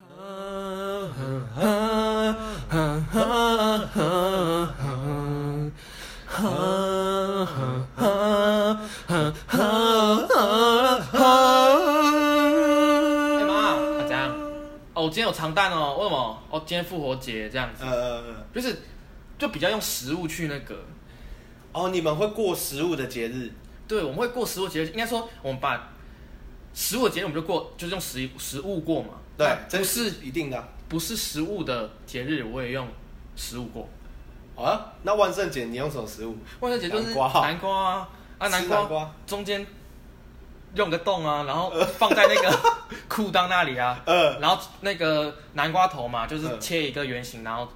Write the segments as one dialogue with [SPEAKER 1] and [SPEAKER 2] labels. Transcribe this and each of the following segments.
[SPEAKER 1] 哎哦，我今天有肠蛋哦，为什么？哦，今天复活节这样子，
[SPEAKER 2] 呃，
[SPEAKER 1] 就是就比较用食物去那个。
[SPEAKER 2] 哦，你们会过食物的节日，
[SPEAKER 1] 对，我们会过食物节日，应该说我们把食物节日我们就过，就是用食食物过嘛。
[SPEAKER 2] 对
[SPEAKER 1] 那，
[SPEAKER 2] 这
[SPEAKER 1] 不是
[SPEAKER 2] 一定的啊。
[SPEAKER 1] 不是食物的节日，我也用食物过。
[SPEAKER 2] 啊，那万圣节你用什么食物？
[SPEAKER 1] 万圣节就是
[SPEAKER 2] 南瓜啊
[SPEAKER 1] 南瓜啊，啊
[SPEAKER 2] 吃
[SPEAKER 1] 瓜
[SPEAKER 2] 南瓜
[SPEAKER 1] 中间用个洞啊，然后放在那个 裤裆那里啊，
[SPEAKER 2] 呃，
[SPEAKER 1] 然后那个南瓜头嘛，就是
[SPEAKER 2] 嗯
[SPEAKER 1] 切一个圆形，然后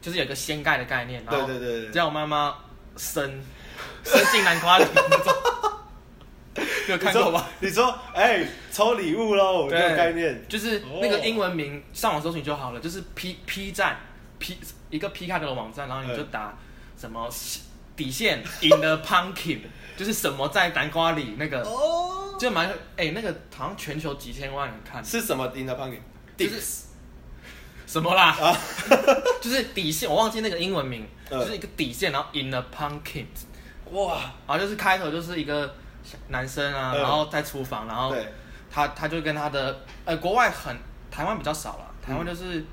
[SPEAKER 1] 就是有一个掀盖的概念，然
[SPEAKER 2] 对
[SPEAKER 1] 后
[SPEAKER 2] 对对对对，
[SPEAKER 1] 叫我妈妈 伸伸进南瓜里那种，有看过 吧？
[SPEAKER 2] 你说，你说，哎，抽礼物喽，这
[SPEAKER 1] 对
[SPEAKER 2] 个概念。
[SPEAKER 1] 就是那个英文名，上网搜寻就好了，就是 P P 站 P 一个 P 开头的网站，然后你
[SPEAKER 2] 嗯
[SPEAKER 1] 就打什么底线 in the pumpkin，就是 什么在南瓜里那个，
[SPEAKER 2] 哦，
[SPEAKER 1] 就蛮哎、那个好像全球几千万人看，
[SPEAKER 2] 是什么 in the pumpkin？
[SPEAKER 1] 就是什么啦， 就是底线，我忘记那个英文名，
[SPEAKER 2] 啊嗯
[SPEAKER 1] 就是一个底线，然后 in the pumpkin，
[SPEAKER 2] 哇，
[SPEAKER 1] 然后啊就是开头就是一个小男生啊，
[SPEAKER 2] 嗯
[SPEAKER 1] 然后在厨房，然后
[SPEAKER 2] 对，
[SPEAKER 1] 他他就跟他的呃，国外很台湾比较少
[SPEAKER 2] 嗯
[SPEAKER 1] 了，台湾就是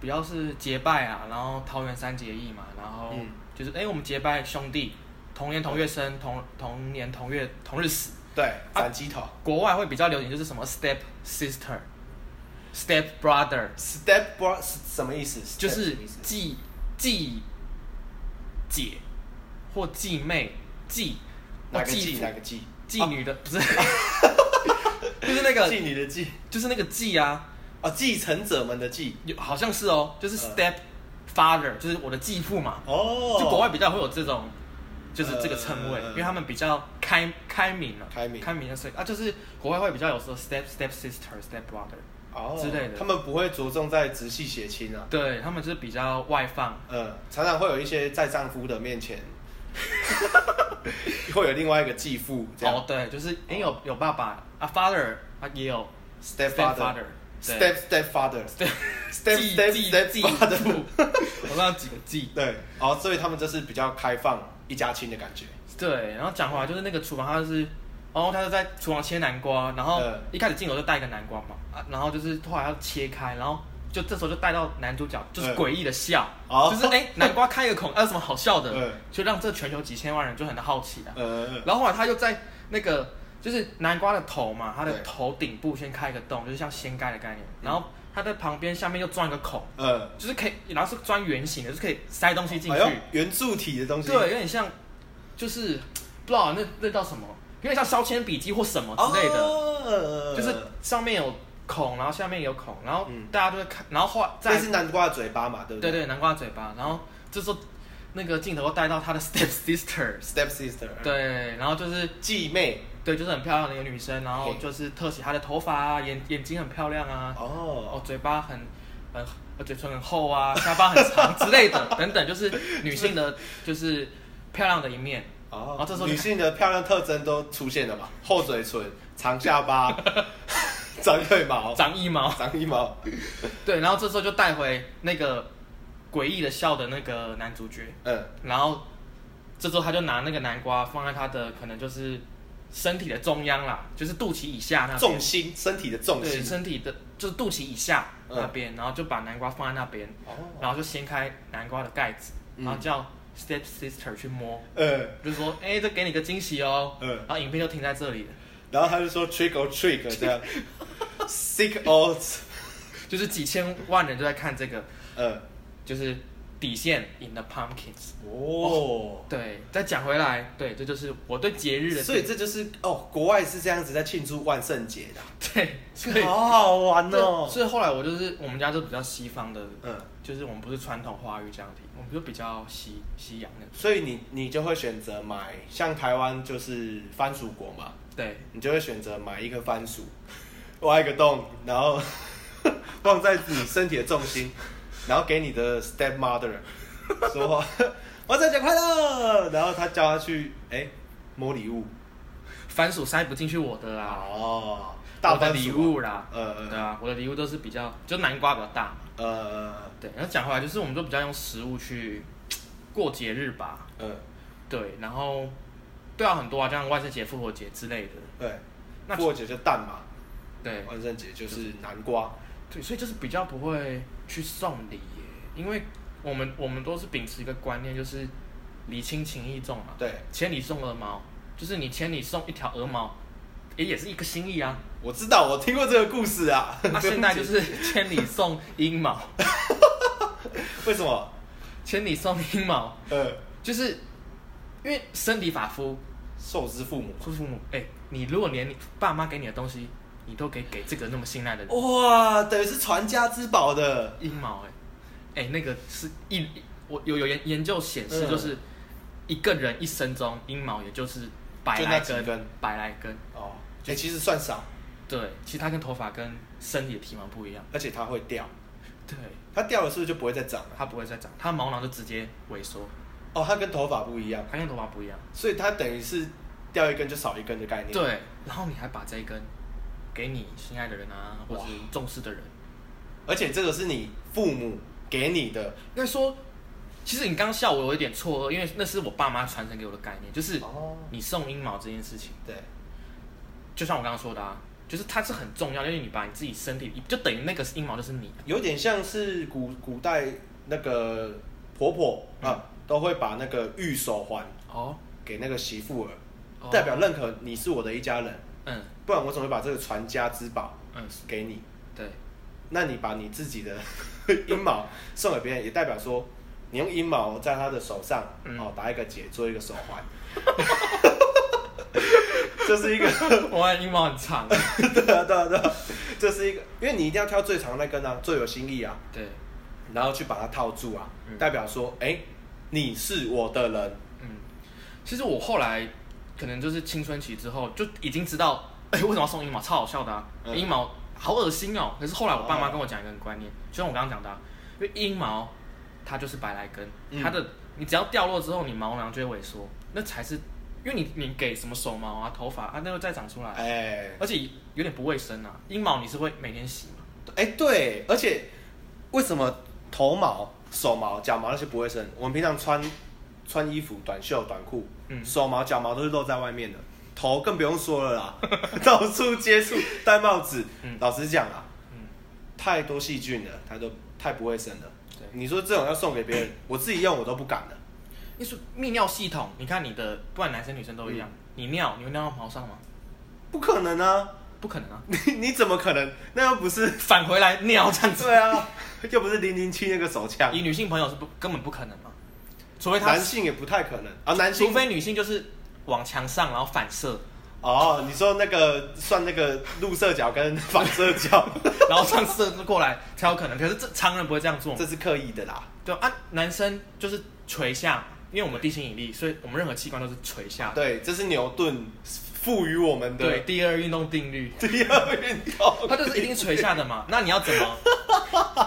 [SPEAKER 1] 比较是结拜啊，然后桃园三结义嘛，然后
[SPEAKER 2] 嗯
[SPEAKER 1] 就是哎、诶我们结拜兄弟，同年同月生，同同年同月同日死。
[SPEAKER 2] 对，
[SPEAKER 1] 啊
[SPEAKER 2] 斩鸡头
[SPEAKER 1] 国外会比较流行就是什么 step sister、step brother，
[SPEAKER 2] ，step bro 是什么意思？Step
[SPEAKER 1] 就
[SPEAKER 2] 什
[SPEAKER 1] 是
[SPEAKER 2] 么意思
[SPEAKER 1] 继继姐或继妹、继
[SPEAKER 2] 哪个
[SPEAKER 1] 继
[SPEAKER 2] 妓？
[SPEAKER 1] 父
[SPEAKER 2] 哪个妓？
[SPEAKER 1] 继女的、不 是，就是那个
[SPEAKER 2] 哦妓女的妓
[SPEAKER 1] 就是那个继啊，
[SPEAKER 2] 哦，继承者们的继
[SPEAKER 1] 有好像是哦，就是 step father，、就是我的继父嘛。
[SPEAKER 2] 呃哦，
[SPEAKER 1] 就国外比较会有这种，就是这个称谓，
[SPEAKER 2] 呃
[SPEAKER 1] 因为他们比较开开明了、
[SPEAKER 2] 开明
[SPEAKER 1] 开明的所以啊，就是国外会比较有说 step step sister step brother，
[SPEAKER 2] 哦
[SPEAKER 1] 之类的
[SPEAKER 2] 他们不会着重在直系血亲啊，
[SPEAKER 1] 对他们就是比较外放，
[SPEAKER 2] 嗯，常常会有一些在丈夫的面前， 会有另外一个继父这
[SPEAKER 1] 哦
[SPEAKER 2] 样
[SPEAKER 1] 对，就是因为有有爸爸啊 father 啊也有
[SPEAKER 2] ，step
[SPEAKER 1] stepfather，对
[SPEAKER 2] step step father
[SPEAKER 1] step
[SPEAKER 2] step
[SPEAKER 1] 继
[SPEAKER 2] step
[SPEAKER 1] 继
[SPEAKER 2] step
[SPEAKER 1] 继
[SPEAKER 2] father，
[SPEAKER 1] 父，我知道几个继。
[SPEAKER 2] 对，哦，所以他们就是比较开放一家亲的感觉，
[SPEAKER 1] 对，然后讲回来就是那个厨房，他就是，然后他就在厨房切南瓜，然后
[SPEAKER 2] 嗯
[SPEAKER 1] 一开始镜头就带一个南瓜嘛，啊，然后就是后来要切开，然后就这时候就带到男主角，就是
[SPEAKER 2] 嗯
[SPEAKER 1] 诡异的笑，
[SPEAKER 2] 哦
[SPEAKER 1] 就是哎、南瓜开 个孔，啊有什么好笑的？
[SPEAKER 2] 嗯
[SPEAKER 1] 就让这全球几千万人就很好奇啊。
[SPEAKER 2] 呃，
[SPEAKER 1] 然后后来他又在那个就是南瓜的头嘛，它的
[SPEAKER 2] 对嗯
[SPEAKER 1] 头顶部先开一个洞，就是像掀盖的概念，然后它在旁边下面又钻一个孔，
[SPEAKER 2] 呃，
[SPEAKER 1] 就是可以，然后是钻圆形的，就是可以塞东西进
[SPEAKER 2] 哎
[SPEAKER 1] 去。
[SPEAKER 2] 呦，圆柱体的东西，
[SPEAKER 1] 对，有点像，就是不知道那那叫什么，有点像削铅笔机或什么
[SPEAKER 2] 哦，
[SPEAKER 1] 之类的，
[SPEAKER 2] 的呃
[SPEAKER 1] 就是上面有孔，然后下面有孔，然后
[SPEAKER 2] 嗯
[SPEAKER 1] 大家就会看，然后画
[SPEAKER 2] 这
[SPEAKER 1] 再
[SPEAKER 2] 是南瓜的嘴巴嘛，对不
[SPEAKER 1] 对
[SPEAKER 2] 对
[SPEAKER 1] 对南瓜嘴巴，然后这时候那个镜头又带到她的 step sister，
[SPEAKER 2] ，step sister，，
[SPEAKER 1] 对，然后就是
[SPEAKER 2] 继妹，
[SPEAKER 1] 对，就是很漂亮的一个女生，然后
[SPEAKER 2] 嘿
[SPEAKER 1] 就是特写她的头发啊，眼眼睛很漂亮啊，
[SPEAKER 2] 哦
[SPEAKER 1] 哦，嘴巴很很呃嘴唇很厚啊，下巴很长之类的，等等，就是女性的就是漂亮的一面。然
[SPEAKER 2] 哦
[SPEAKER 1] 后这时候
[SPEAKER 2] 女性的漂亮特征都出现 了嘛，厚嘴唇、长下巴、长腿毛、
[SPEAKER 1] 长一毛，
[SPEAKER 2] 长一毛，
[SPEAKER 1] 对，然后这时候就带回那个诡异的笑的那个男主角，
[SPEAKER 2] 嗯，
[SPEAKER 1] 然后这时候他就拿那个南瓜放在他的可能就是身体的中央啦，就是肚脐以下那边
[SPEAKER 2] 重心，身体的重
[SPEAKER 1] 对，
[SPEAKER 2] 心，
[SPEAKER 1] 身体的就是肚脐以下那边，然后就把南瓜放在那边，
[SPEAKER 2] 哦，
[SPEAKER 1] 然后就掀开南瓜的盖子，然后叫 step sister 去摸，
[SPEAKER 2] 嗯
[SPEAKER 1] 就说哎、这给你个惊喜哦，
[SPEAKER 2] 嗯
[SPEAKER 1] 然后影片就停在这里了，
[SPEAKER 2] 然后他就说 trick or trick 这样，sick or，
[SPEAKER 1] 就是几千万人都在看这个，
[SPEAKER 2] 嗯，
[SPEAKER 1] 就是底线 in the pumpkins。
[SPEAKER 2] 哦。
[SPEAKER 1] 对，再讲回来，对，这就是我对节日的定，
[SPEAKER 2] 所以这就是哦，国外是这样子在庆祝万圣节的啊，
[SPEAKER 1] 对，所以
[SPEAKER 2] 好好玩
[SPEAKER 1] 对
[SPEAKER 2] 哦。
[SPEAKER 1] 所以后来我就是我们家就比较西方的，
[SPEAKER 2] 嗯，
[SPEAKER 1] 就是我们不是传统华语这样听，我们就比较西西洋的，
[SPEAKER 2] 所以你你就会选择买，像台湾就是番薯国嘛，
[SPEAKER 1] 对，
[SPEAKER 2] 你就会选择买一颗番薯，挖一个洞，然后 放在你身体的重心，然后给你的 step mother 说 万圣节快乐，然后他叫他去哎、摸礼物
[SPEAKER 1] 番薯塞不进去我的啦，
[SPEAKER 2] 哦，大
[SPEAKER 1] 我的
[SPEAKER 2] 番
[SPEAKER 1] 礼
[SPEAKER 2] 薯
[SPEAKER 1] 物啦，
[SPEAKER 2] 呃
[SPEAKER 1] 对啊，我的礼物都是比较，就南瓜比较大嘛，
[SPEAKER 2] 呃
[SPEAKER 1] 对，然后讲回来就是我们都比较用食物去过节日吧，
[SPEAKER 2] 呃
[SPEAKER 1] 对，然后对啊，很多啊，像万圣节、复活节之类的，
[SPEAKER 2] 对，
[SPEAKER 1] 那
[SPEAKER 2] 复活节就蛋嘛，
[SPEAKER 1] 对，
[SPEAKER 2] 万圣节就是南瓜，
[SPEAKER 1] 对，所以就是比较不会去送礼耶，因为我们我们都是秉持一个观念，就是礼轻情意重嘛。，
[SPEAKER 2] 对
[SPEAKER 1] 千里送鹅毛，就是你千里送一条鹅毛，也也是一个心意啊。
[SPEAKER 2] 我知道，我听过这个故事啊。
[SPEAKER 1] 那、现在就是千里送阴毛，
[SPEAKER 2] 为什么？
[SPEAKER 1] 千里送阴毛，
[SPEAKER 2] 呃，
[SPEAKER 1] 就是因为身体发肤，
[SPEAKER 2] 受之父母。
[SPEAKER 1] 父父母，哎、你如果连你爸妈给你的东西，你都给给这个那么信赖的人，
[SPEAKER 2] 哇，等于是传家之宝的。
[SPEAKER 1] 阴毛、哎，哎，那个是一，一我有有研研究显示，
[SPEAKER 2] 嗯
[SPEAKER 1] 就是一个人一生中阴毛也就是百
[SPEAKER 2] 就那
[SPEAKER 1] 来
[SPEAKER 2] 几
[SPEAKER 1] 根，
[SPEAKER 2] 根
[SPEAKER 1] 百来根，
[SPEAKER 2] 哦，哎、其实算少，
[SPEAKER 1] 对，其实它跟头发跟身体的体毛不一样，
[SPEAKER 2] 而且它会掉，
[SPEAKER 1] 对，
[SPEAKER 2] 它掉了是不是就不会再长了？
[SPEAKER 1] 它不会再长，它毛囊就直接萎缩，
[SPEAKER 2] 哦，它跟头发不一样，
[SPEAKER 1] 它跟头发不一样，
[SPEAKER 2] 所以它等于是掉一根就少一根的概念。，
[SPEAKER 1] 对，然后你还把这一根给你心爱的人啊，或者
[SPEAKER 2] 哇
[SPEAKER 1] 是重视的人，
[SPEAKER 2] 而且这个是你父母给你的。
[SPEAKER 1] 应该说，其实你刚刚笑我，我有点错愕，因为那是我爸妈传承给我的概念，就是
[SPEAKER 2] 哦，
[SPEAKER 1] 你送阴毛这件事情，
[SPEAKER 2] 对，
[SPEAKER 1] 就像我刚刚说的啊，就是它是很重要，因为你把你自己身体，就等于那个阴毛就是你，啊
[SPEAKER 2] 有点像是古古代那个婆婆啊，都会把那个玉手环
[SPEAKER 1] 哦，
[SPEAKER 2] 给那个媳妇儿，
[SPEAKER 1] 哦
[SPEAKER 2] 代表认可你是我的一家人，
[SPEAKER 1] 嗯
[SPEAKER 2] 不然我怎么会把这个传家之宝
[SPEAKER 1] 嗯，
[SPEAKER 2] 给你？
[SPEAKER 1] 对，
[SPEAKER 2] 那你把你自己的 阴毛送给别人，也代表说你用阴毛在他的手上、
[SPEAKER 1] 嗯
[SPEAKER 2] 哦打一个结，做一个手环， 这是一个
[SPEAKER 1] 我的阴毛很长，嗯
[SPEAKER 2] 对啊对啊对啊，这是一个，因为你一定要挑最长那根啊，最有心意啊，
[SPEAKER 1] 对，
[SPEAKER 2] 然后去把它套住啊，
[SPEAKER 1] 嗯
[SPEAKER 2] 代表说哎、你是我的人，
[SPEAKER 1] 嗯，其实我后来可能就是青春期之后就已经知道，哎、为什么要送阴毛，超好笑的啊，
[SPEAKER 2] 嗯
[SPEAKER 1] 阴、毛好恶心哦，可是后来我爸妈跟我讲一个观念，就像我刚刚讲的啊、因为阴毛它就是白来根，
[SPEAKER 2] 嗯
[SPEAKER 1] 它的你只要掉落之后，你毛囊就会萎缩，那才是，因为你你给什么手毛啊、头发啊，那又再长出来，
[SPEAKER 2] 哎、
[SPEAKER 1] 而且有点不卫生啊。阴毛你是会每天洗嘛？
[SPEAKER 2] 哎、对，而且为什么头毛、手毛、脚毛那些不会生？我们平常穿穿衣服，短袖、短裤，
[SPEAKER 1] 嗯
[SPEAKER 2] 手毛、脚毛都是露在外面的，头更不用说了啦， 到处接触，戴帽子。
[SPEAKER 1] 嗯
[SPEAKER 2] 老实讲啊，
[SPEAKER 1] 嗯
[SPEAKER 2] 太多细菌了，太多太不会生了。
[SPEAKER 1] 对
[SPEAKER 2] 你说这种要送给别人，我自己用我都不敢了。
[SPEAKER 1] 你说泌尿系统，你看你的，不管男生女生都一
[SPEAKER 2] 嗯
[SPEAKER 1] 样，你尿你会尿到毛上吗？
[SPEAKER 2] 不可能啊！
[SPEAKER 1] 不可能啊，
[SPEAKER 2] 你你怎么可能？那又不是
[SPEAKER 1] 返回来尿这样子。
[SPEAKER 2] 对啊，又不是零零七那个手枪
[SPEAKER 1] 以，女性朋友是不根本不可能嘛，除非她
[SPEAKER 2] 嗯男，性也不太可能啊。男性
[SPEAKER 1] 除非女性就是往墙上然后反射，
[SPEAKER 2] 哦，你说那个算那个入射角跟反射角，
[SPEAKER 1] 然后这样射过来才有可能。可是这常人不会 这样做嘛，
[SPEAKER 2] 这是刻意的啦。
[SPEAKER 1] 对啊，男生就是垂下，因为我们地心引力，所以我们任何器官都是垂下的。
[SPEAKER 2] 对，这是牛顿赋予我们
[SPEAKER 1] 对，
[SPEAKER 2] 的
[SPEAKER 1] 第二运动定律，
[SPEAKER 2] 第二运动。
[SPEAKER 1] 它就是一定垂下的 嘛。那你要怎么？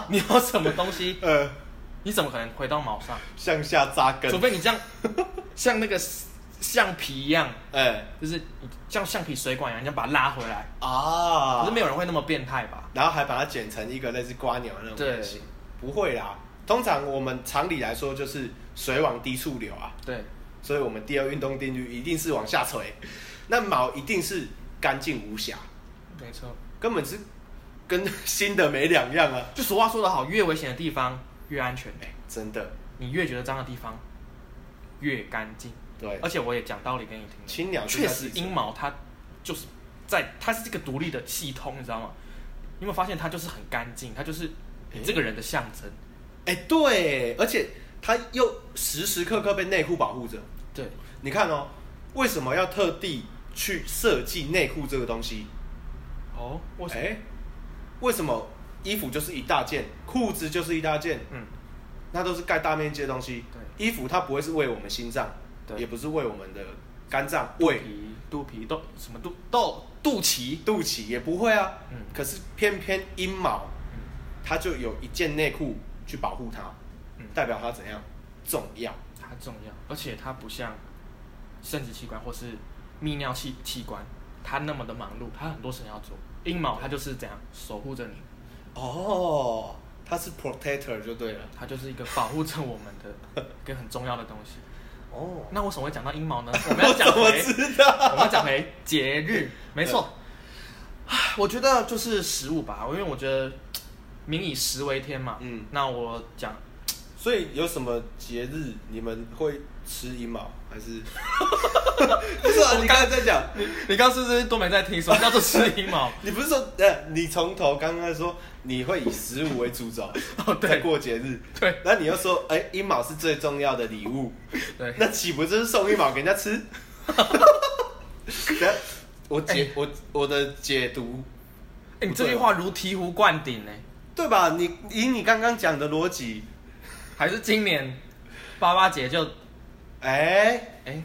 [SPEAKER 1] 你要什么 东西？
[SPEAKER 2] 呃
[SPEAKER 1] 你怎么可能回到毛上？
[SPEAKER 2] 向下扎根
[SPEAKER 1] 除。非你这样，像那个橡皮一样，
[SPEAKER 2] 哎、
[SPEAKER 1] 就是你像橡皮水管一样，你要把它拉回来。可
[SPEAKER 2] 啊
[SPEAKER 1] 是，没有人会那么变态吧？
[SPEAKER 2] 然后还把它剪成一个类似瓜鸟那种
[SPEAKER 1] 对
[SPEAKER 2] 东西。不会啦，通常我们常理来说就是水往低处流啊，
[SPEAKER 1] 对，
[SPEAKER 2] 所以我们第二运动定律一定是往下垂，那毛一定是干净无瑕，
[SPEAKER 1] 没错。
[SPEAKER 2] 根本是跟新的没两样啊，
[SPEAKER 1] 就俗话说得好，越危险的地方越安全、欸、
[SPEAKER 2] 真的。
[SPEAKER 1] 你越觉得脏的地方越干净。
[SPEAKER 2] 对，
[SPEAKER 1] 而且我也讲道理给你听了，
[SPEAKER 2] 青鸟就
[SPEAKER 1] 确
[SPEAKER 2] 在
[SPEAKER 1] 实
[SPEAKER 2] 自己
[SPEAKER 1] 阴毛它就是在它是这个独立的系统，你知道吗？你有没有发现它就是很干净，它就是你这个人的象征。
[SPEAKER 2] 哎、对，而且他又时时刻刻被内裤保护着。
[SPEAKER 1] 对，
[SPEAKER 2] 你看哦，为什么要特地去设计内裤这个东西？
[SPEAKER 1] 哦，为什
[SPEAKER 2] 哎、
[SPEAKER 1] 么？
[SPEAKER 2] 为什么衣服就是一大件，裤子就是一大件，
[SPEAKER 1] 嗯，
[SPEAKER 2] 那都是盖大面积的东西。衣服它不会是为我们心脏，
[SPEAKER 1] 对
[SPEAKER 2] 也不是为我们的肝脏、胃
[SPEAKER 1] 肚、皮、肚皮、肚什么肚肚肚脐，
[SPEAKER 2] 肚脐，也不会啊。
[SPEAKER 1] 嗯
[SPEAKER 2] 可是偏偏阴毛
[SPEAKER 1] 嗯，
[SPEAKER 2] 它就有一件内裤去保护它，
[SPEAKER 1] 嗯
[SPEAKER 2] 代表它怎样重要。
[SPEAKER 1] 它重要，而且它不像生殖器官或是泌尿器器官，它那么的忙碌，它很多事情要做。阴毛它就是怎样守护着你，
[SPEAKER 2] 哦，它是 protector 就对了。
[SPEAKER 1] 它就是一个保护着我们的一个很重要的东西。
[SPEAKER 2] 哦，
[SPEAKER 1] 那为什么会讲到阴毛呢？我们要讲
[SPEAKER 2] 我
[SPEAKER 1] 回，
[SPEAKER 2] 知道。
[SPEAKER 1] 我们要讲回节日，没错。唉我觉得就是食物吧，因为我觉得民以食为天嘛。
[SPEAKER 2] 嗯
[SPEAKER 1] 那我讲
[SPEAKER 2] 所以有什么节日你们会吃阴毛还是？ 不是啊，你刚才在讲，
[SPEAKER 1] 你，你刚是不是都没在听？什么叫做吃阴 毛？
[SPEAKER 2] 你不是说呃，你从头刚刚说你会以食物为主轴
[SPEAKER 1] 哦对
[SPEAKER 2] 在过节日，
[SPEAKER 1] 对
[SPEAKER 2] 那你又说哎、阴毛是最重要的礼物，
[SPEAKER 1] 对，
[SPEAKER 2] 那岂不就是送阴毛给人家 吃？等下我解、
[SPEAKER 1] 哎
[SPEAKER 2] 我我的解读
[SPEAKER 1] 哎你这句话如醍醐灌顶呢、
[SPEAKER 2] 对吧？你以你刚刚讲的逻辑，
[SPEAKER 1] 还是今年八八节就
[SPEAKER 2] 哎、
[SPEAKER 1] 哎、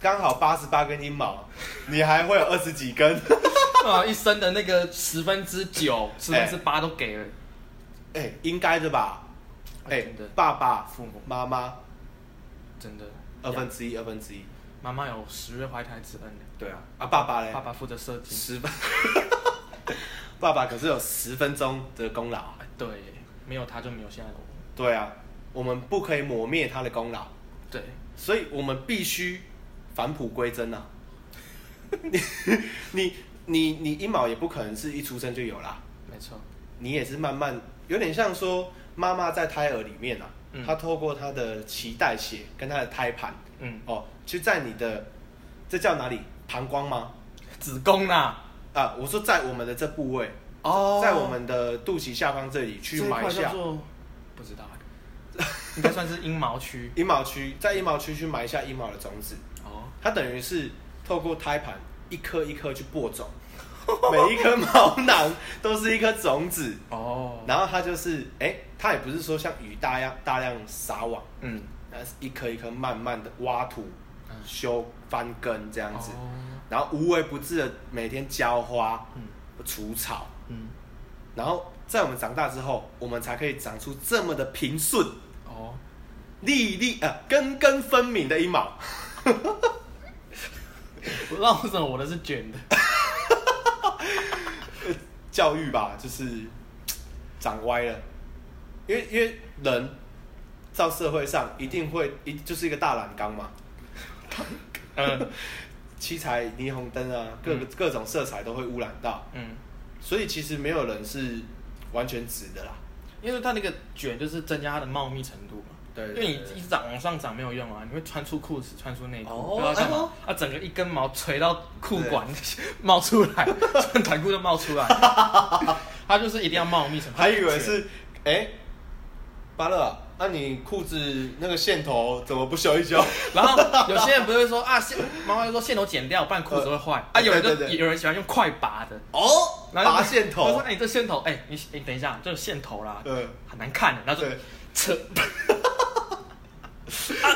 [SPEAKER 2] 刚好八十八根阴毛，你还会有二十几根。
[SPEAKER 1] 啊一生的那个十分之九、十分之八都给了。
[SPEAKER 2] 哎、应该的吧？哎、
[SPEAKER 1] 真的
[SPEAKER 2] 爸爸、
[SPEAKER 1] 父母
[SPEAKER 2] 妈妈，
[SPEAKER 1] 真的，
[SPEAKER 2] 二分之一，二分之一。
[SPEAKER 1] 妈妈有十月怀胎之恩的，
[SPEAKER 2] 对啊，啊，爸爸嘞？
[SPEAKER 1] 爸爸负责射精。
[SPEAKER 2] 十分，爸爸可是有十分钟的功劳啊。
[SPEAKER 1] 哎，对，没有他就没有现在的我。
[SPEAKER 2] 对啊，我们不可以抹灭他的功劳，
[SPEAKER 1] 对，
[SPEAKER 2] 所以我们必须返璞归真啊。 你你你阴毛也不可能是一出生就有啦，
[SPEAKER 1] 没错，
[SPEAKER 2] 你也是慢慢，有点像说妈妈在胎儿里面啊，
[SPEAKER 1] 嗯
[SPEAKER 2] 她透过她的脐带血跟她的胎盘，
[SPEAKER 1] 嗯，
[SPEAKER 2] 哦，就在你的这叫哪里？膀胱吗？
[SPEAKER 1] 子宫啦，
[SPEAKER 2] 啊，我说在我们的这部位，
[SPEAKER 1] 哦
[SPEAKER 2] 在我们的肚脐下方这里去
[SPEAKER 1] 这一
[SPEAKER 2] 埋
[SPEAKER 1] 块
[SPEAKER 2] 下
[SPEAKER 1] 叫做不知道，啊 应该算是阴毛区。
[SPEAKER 2] 阴毛区，在阴毛区去埋下阴毛的种子，
[SPEAKER 1] 哦，
[SPEAKER 2] 它等于是透过胎盘一颗一颗去 播种，每一颗毛囊都是一颗种子，
[SPEAKER 1] 哦，
[SPEAKER 2] 然后它就是，哎、它也不是说像雨大量大量撒网，
[SPEAKER 1] 嗯，
[SPEAKER 2] 那是一颗一颗慢慢的挖土、
[SPEAKER 1] 嗯
[SPEAKER 2] 修翻根这
[SPEAKER 1] 这
[SPEAKER 2] 样子，
[SPEAKER 1] 哦
[SPEAKER 2] 然后无微不至的每天浇花、
[SPEAKER 1] 嗯
[SPEAKER 2] 除草，
[SPEAKER 1] 嗯，
[SPEAKER 2] 然后在我们长大之后，我们才可以长出这么的平顺、
[SPEAKER 1] 哦，
[SPEAKER 2] 粒粒呃根根分明的阴毛。
[SPEAKER 1] 我不知道为什么我的是卷的。
[SPEAKER 2] 教育吧，就是长歪了，因为因为人到社会上一定会一就是一个大染缸嘛，
[SPEAKER 1] 嗯
[SPEAKER 2] 七彩霓虹灯啊，各、
[SPEAKER 1] 嗯
[SPEAKER 2] 各种色彩都会污染到，
[SPEAKER 1] 嗯，
[SPEAKER 2] 所以其实没有人是完全直的啦。
[SPEAKER 1] 因为它那个卷就是增加它的茂密程度嘛。
[SPEAKER 2] 对
[SPEAKER 1] 因为你一直长往上长没有用啊，你会穿出裤子、穿出内
[SPEAKER 2] 哦
[SPEAKER 1] 裤，不知道干
[SPEAKER 2] 哎
[SPEAKER 1] 嘛
[SPEAKER 2] 呦？
[SPEAKER 1] 啊，整个一根毛垂到裤管 冒出来，穿短裤就冒出 来。它就是一定要茂密 什么？
[SPEAKER 2] 还以为是哎、巴乐啊，那、你裤子那个线头怎么不修一修？
[SPEAKER 1] 然后有些人不是会说啊，线妈妈就说线头剪掉，不然裤子会坏 啊。
[SPEAKER 2] 呃
[SPEAKER 1] 有人就
[SPEAKER 2] 对对对
[SPEAKER 1] 有人喜欢用快拔的，
[SPEAKER 2] 哦，
[SPEAKER 1] 然后就
[SPEAKER 2] 拔线
[SPEAKER 1] 我
[SPEAKER 2] 头
[SPEAKER 1] 说，哎，你这线头，哎，你你等一下，这个线头啦，
[SPEAKER 2] 嗯，
[SPEAKER 1] 很难看的，然后就
[SPEAKER 2] 对，
[SPEAKER 1] 扯。 啊，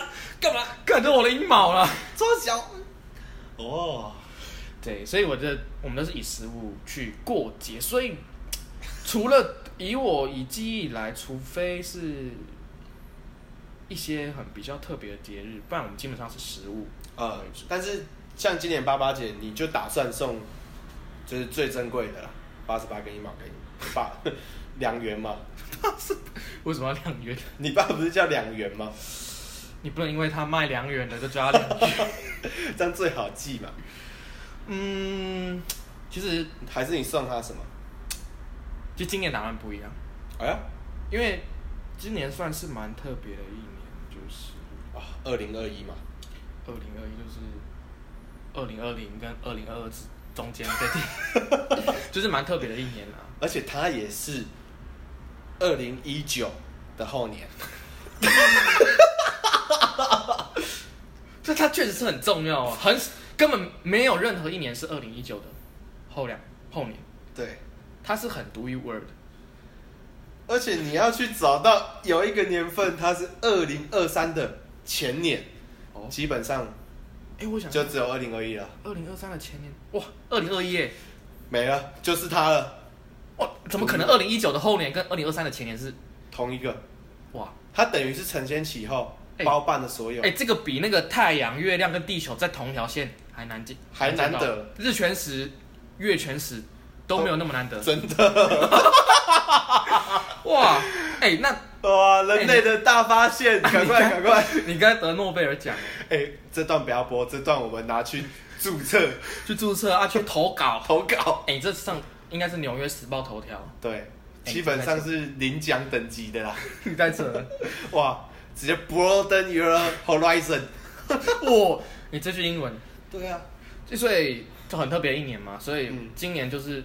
[SPEAKER 1] 干嘛？干着我的阴毛了。
[SPEAKER 2] 缩小，哦，
[SPEAKER 1] 对，所以我觉得我们都是以食物去过节，所以除了以我以记忆来，除非是一些很比较特别的节日，不然我们基本上是食物。
[SPEAKER 2] 呃，但是像今年八八节，你就打算送，就是最珍贵的啦，八十八根一毛给你爸 两元嘛，
[SPEAKER 1] 为什么要两元？
[SPEAKER 2] 你爸不是叫两元吗？
[SPEAKER 1] 你不能因为他卖两元的就叫他两元。
[SPEAKER 2] 这样最好记嘛。
[SPEAKER 1] 嗯，其实
[SPEAKER 2] 还是你送他什么？
[SPEAKER 1] 就今年打算不一样，
[SPEAKER 2] 哎呀，
[SPEAKER 1] 因为今年算是蛮特别的一年，就是
[SPEAKER 2] 啊，二零二一嘛，
[SPEAKER 1] 二零二一就是二零二零跟二零二二之中间的地， 就是蛮特别的一年啊。
[SPEAKER 2] 而且他也是二零一九的后年，
[SPEAKER 1] 这它确实是很重要啊，很根本没有任何一年是二零一九的后两后年，
[SPEAKER 2] 对，
[SPEAKER 1] 它是很独一无二的。
[SPEAKER 2] 而且你要去找到有一个年份它是二零二三的前年，
[SPEAKER 1] 哦，
[SPEAKER 2] 基本上
[SPEAKER 1] 哎，我想
[SPEAKER 2] 就只有二零二一了，
[SPEAKER 1] 二零二三的前年，哇，二零二一耶，
[SPEAKER 2] 没了，就是他了，
[SPEAKER 1] 哇，哦怎么可能二零一九的后年跟二零二三的前年是
[SPEAKER 2] 同一个。
[SPEAKER 1] 哇？
[SPEAKER 2] 它等于是承先启后，
[SPEAKER 1] 哎
[SPEAKER 2] 包办了所有。
[SPEAKER 1] 哎，这个比那个太阳、月亮跟地球在同条线还难见，
[SPEAKER 2] 还难得
[SPEAKER 1] 见到。日全食、月全食都没有那么难得。
[SPEAKER 2] 真的
[SPEAKER 1] 哇，哎，那
[SPEAKER 2] 哇，人类的大发现！赶快赶快！
[SPEAKER 1] 你该得诺贝尔奖了，
[SPEAKER 2] 哎，这段不要播，这段我们拿去注册
[SPEAKER 1] 去注册啊，去投稿。
[SPEAKER 2] 投稿。
[SPEAKER 1] 哎，这上应该是《纽约时报》头条。
[SPEAKER 2] 对，基本上是领奖等级的啦。
[SPEAKER 1] 你在扯，
[SPEAKER 2] 哇，直接 broaden your horizon。
[SPEAKER 1] 哇，你这句英文，
[SPEAKER 2] 对啊，
[SPEAKER 1] 所以就很特别一年嘛，所以
[SPEAKER 2] 嗯
[SPEAKER 1] 今年就是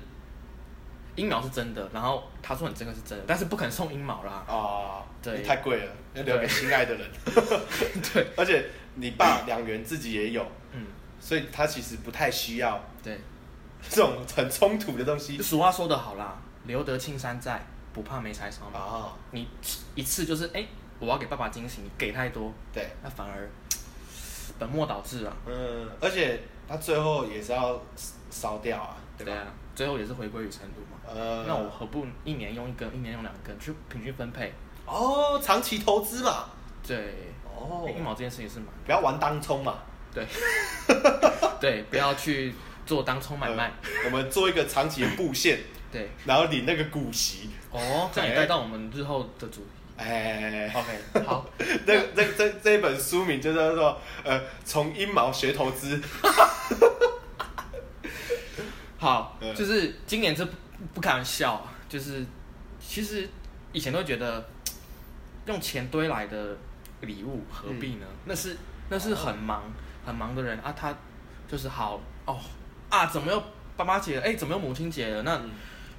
[SPEAKER 1] 阴毛是真的，然后他说你这个是真的，但是不肯送阴毛啦。
[SPEAKER 2] 啊，
[SPEAKER 1] 对
[SPEAKER 2] 太贵了，要留给心爱的人。
[SPEAKER 1] 对，
[SPEAKER 2] 而且你爸两元自己也有，
[SPEAKER 1] 嗯，
[SPEAKER 2] 所以他其实不太需要
[SPEAKER 1] 对，
[SPEAKER 2] 这种很冲突的东西
[SPEAKER 1] 就俗话说得好啦，留得青山在，不怕没柴烧嘛。
[SPEAKER 2] 啊。
[SPEAKER 1] 你一次就是哎、我要给爸爸惊喜，你给太多，
[SPEAKER 2] 对，
[SPEAKER 1] 那反而本末倒置啊。
[SPEAKER 2] 嗯，而且他最后也是要烧掉啊，对吧？
[SPEAKER 1] 对啊，最后也是回归于程度嘛。
[SPEAKER 2] 呃，
[SPEAKER 1] 那我何不一年用一根，一年用两根，去平均分配？
[SPEAKER 2] 哦，长期投资嘛，
[SPEAKER 1] 对，
[SPEAKER 2] 哦，
[SPEAKER 1] 哎阴毛这件事情 是蛮
[SPEAKER 2] 不要玩当冲嘛，
[SPEAKER 1] 对， 对，不要去做当冲买卖。
[SPEAKER 2] 呃我们做一个长期的布线，
[SPEAKER 1] 对，
[SPEAKER 2] 然后领那个股息，
[SPEAKER 1] 哦，这样也带到我们日后的主题。
[SPEAKER 2] 哎，
[SPEAKER 1] OK，好，
[SPEAKER 2] 那那这这一本书名就叫做呃，从阴毛学投资，
[SPEAKER 1] 好，
[SPEAKER 2] 嗯
[SPEAKER 1] 就是今年这不不开玩笑啊，就是其实以前都会觉得用钱堆来的礼物何必呢？那是那是很忙很忙的人啊，他就是好哦啊，怎么又爸妈节了？哎、怎么又母亲节了？那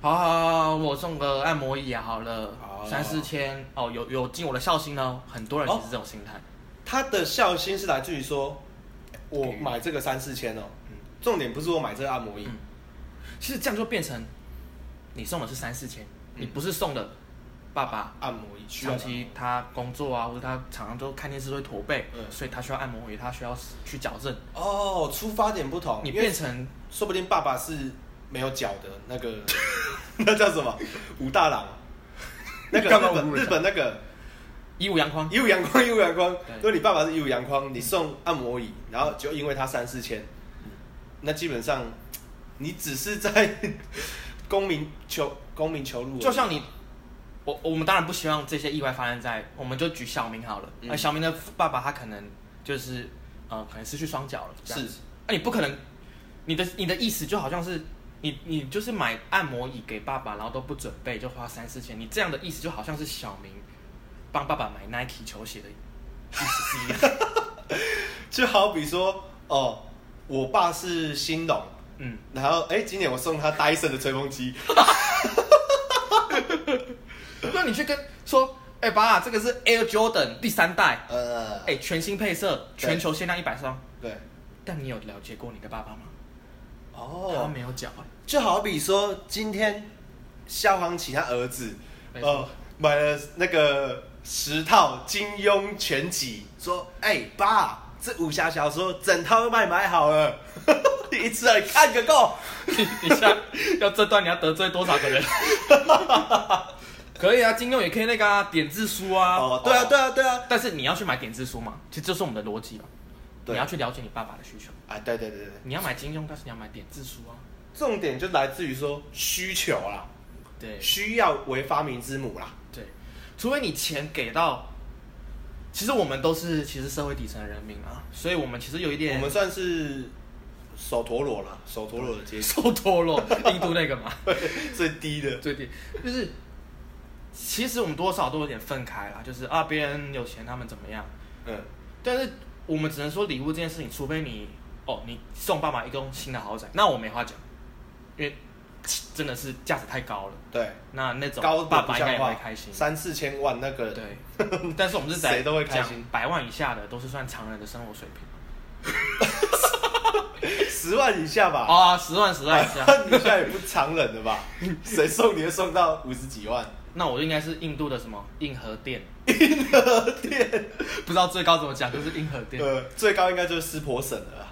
[SPEAKER 1] 好好好好，我送个按摩椅啊，好了，
[SPEAKER 2] 哦
[SPEAKER 1] 三四千哦，有有尽我的孝心呢。很多人其实这种心态，
[SPEAKER 2] 他的孝心是来自于说，我买这个三四千哦，重点不是我买这个按摩椅，
[SPEAKER 1] 嗯其实这样就变成你送的是三四千，你
[SPEAKER 2] 嗯
[SPEAKER 1] 不是送的爸爸。
[SPEAKER 2] 按摩椅需要
[SPEAKER 1] 长
[SPEAKER 2] 吗
[SPEAKER 1] 期他工作啊，或者他常常都看电视会驼背，
[SPEAKER 2] 嗯
[SPEAKER 1] 所以他需要按摩椅，他需要去矫正。
[SPEAKER 2] 哦，出发点不同，
[SPEAKER 1] 你
[SPEAKER 2] 因为
[SPEAKER 1] 变成
[SPEAKER 2] 说不定爸爸是没有脚的那 个，那叫什么武大郎，那个
[SPEAKER 1] 你干嘛
[SPEAKER 2] 日本
[SPEAKER 1] 侮辱人
[SPEAKER 2] 日
[SPEAKER 1] 家
[SPEAKER 2] 本那个
[SPEAKER 1] 一五阳光，
[SPEAKER 2] 一五阳光一五阳光，
[SPEAKER 1] 对
[SPEAKER 2] 如果你爸爸是一五阳光，你送按摩椅，然后就因为他三四千，那基本上你只是在公民求公民求路而已，
[SPEAKER 1] 就像你，我我们当然不希望这些意外发生在，我们就举小明好了。哎
[SPEAKER 2] 嗯
[SPEAKER 1] 那小明的爸爸他可能就是呃，可能失去双脚了，这样
[SPEAKER 2] 是
[SPEAKER 1] 子。那你不可能，你的你的意思就好像是你你就是买按摩椅给爸爸，然后都不准备就花三四千，你这样的意思就好像是小明帮爸爸买 Nike 球鞋的意思是一样的。
[SPEAKER 2] 就好比说哦，我爸是兴隆，
[SPEAKER 1] 嗯。
[SPEAKER 2] 然后哎、今年我送他戴森的吹风机，
[SPEAKER 1] 那你去跟说，哎、爸，这个是 Air Jordan 第三代，
[SPEAKER 2] 呃，
[SPEAKER 1] 哎、全新配色，
[SPEAKER 2] 对
[SPEAKER 1] 全球限量一百双。
[SPEAKER 2] 对，
[SPEAKER 1] 但你有了解过你的爸爸吗？他
[SPEAKER 2] 哦，
[SPEAKER 1] 没有脚、哎
[SPEAKER 2] 就好比说今天萧煌奇他儿子，
[SPEAKER 1] 没错
[SPEAKER 2] 哦，买了那个十套金庸全集，说哎、爸，这武侠小说整套都帮你买好了， 一次让你看个够，
[SPEAKER 1] 你你像要这段你要得罪多少个人？ 可以啊，金庸也可以那个啊，点字书啊。
[SPEAKER 2] 哦，对啊，对啊，对啊，
[SPEAKER 1] 但是你要去买点字书嘛，其实这是我们的逻辑嘛。
[SPEAKER 2] 对
[SPEAKER 1] 你要去了解你爸爸的需求，
[SPEAKER 2] 啊，对对对对，
[SPEAKER 1] 你要买金庸，但是你要买点字书啊。
[SPEAKER 2] 重点就来自于说需求啦，
[SPEAKER 1] 对
[SPEAKER 2] 需要为发明之母啦。
[SPEAKER 1] 对，除非你钱给到，其实我们都是其实社会底层的人民啊，所以我们其实有一点
[SPEAKER 2] 我们算是手陀螺了，手陀螺的阶级
[SPEAKER 1] 受多了，印度那个嘛，
[SPEAKER 2] 最低的。
[SPEAKER 1] 最低就是，其实我们多少都有点愤慨啦，就是啊，别人有钱，他们怎么样？
[SPEAKER 2] 嗯，
[SPEAKER 1] 但是我们只能说礼物这件事情，除非你哦，你送爸妈一栋新的豪宅，那我没话讲，因为真的是价值太高了。
[SPEAKER 2] 对，
[SPEAKER 1] 那那种
[SPEAKER 2] 高的
[SPEAKER 1] 爸
[SPEAKER 2] 不
[SPEAKER 1] 爸应
[SPEAKER 2] 像
[SPEAKER 1] 该也
[SPEAKER 2] 话
[SPEAKER 1] 会开心，
[SPEAKER 2] 三四千万那个，
[SPEAKER 1] 对。但是我们是在
[SPEAKER 2] 谁都会开
[SPEAKER 1] 讲
[SPEAKER 2] 心
[SPEAKER 1] 百万以下的都是算常人的生活水平
[SPEAKER 2] 十万以下 吧，
[SPEAKER 1] 啊，十万十万以下。
[SPEAKER 2] 以下也不常忍的吧？谁送你的送到五十几万？
[SPEAKER 1] 那我应该是印度的什么硬核店？硬核店，不知道最高怎么讲，就是硬核店。
[SPEAKER 2] 呃，最高应该就是湿婆省了啦。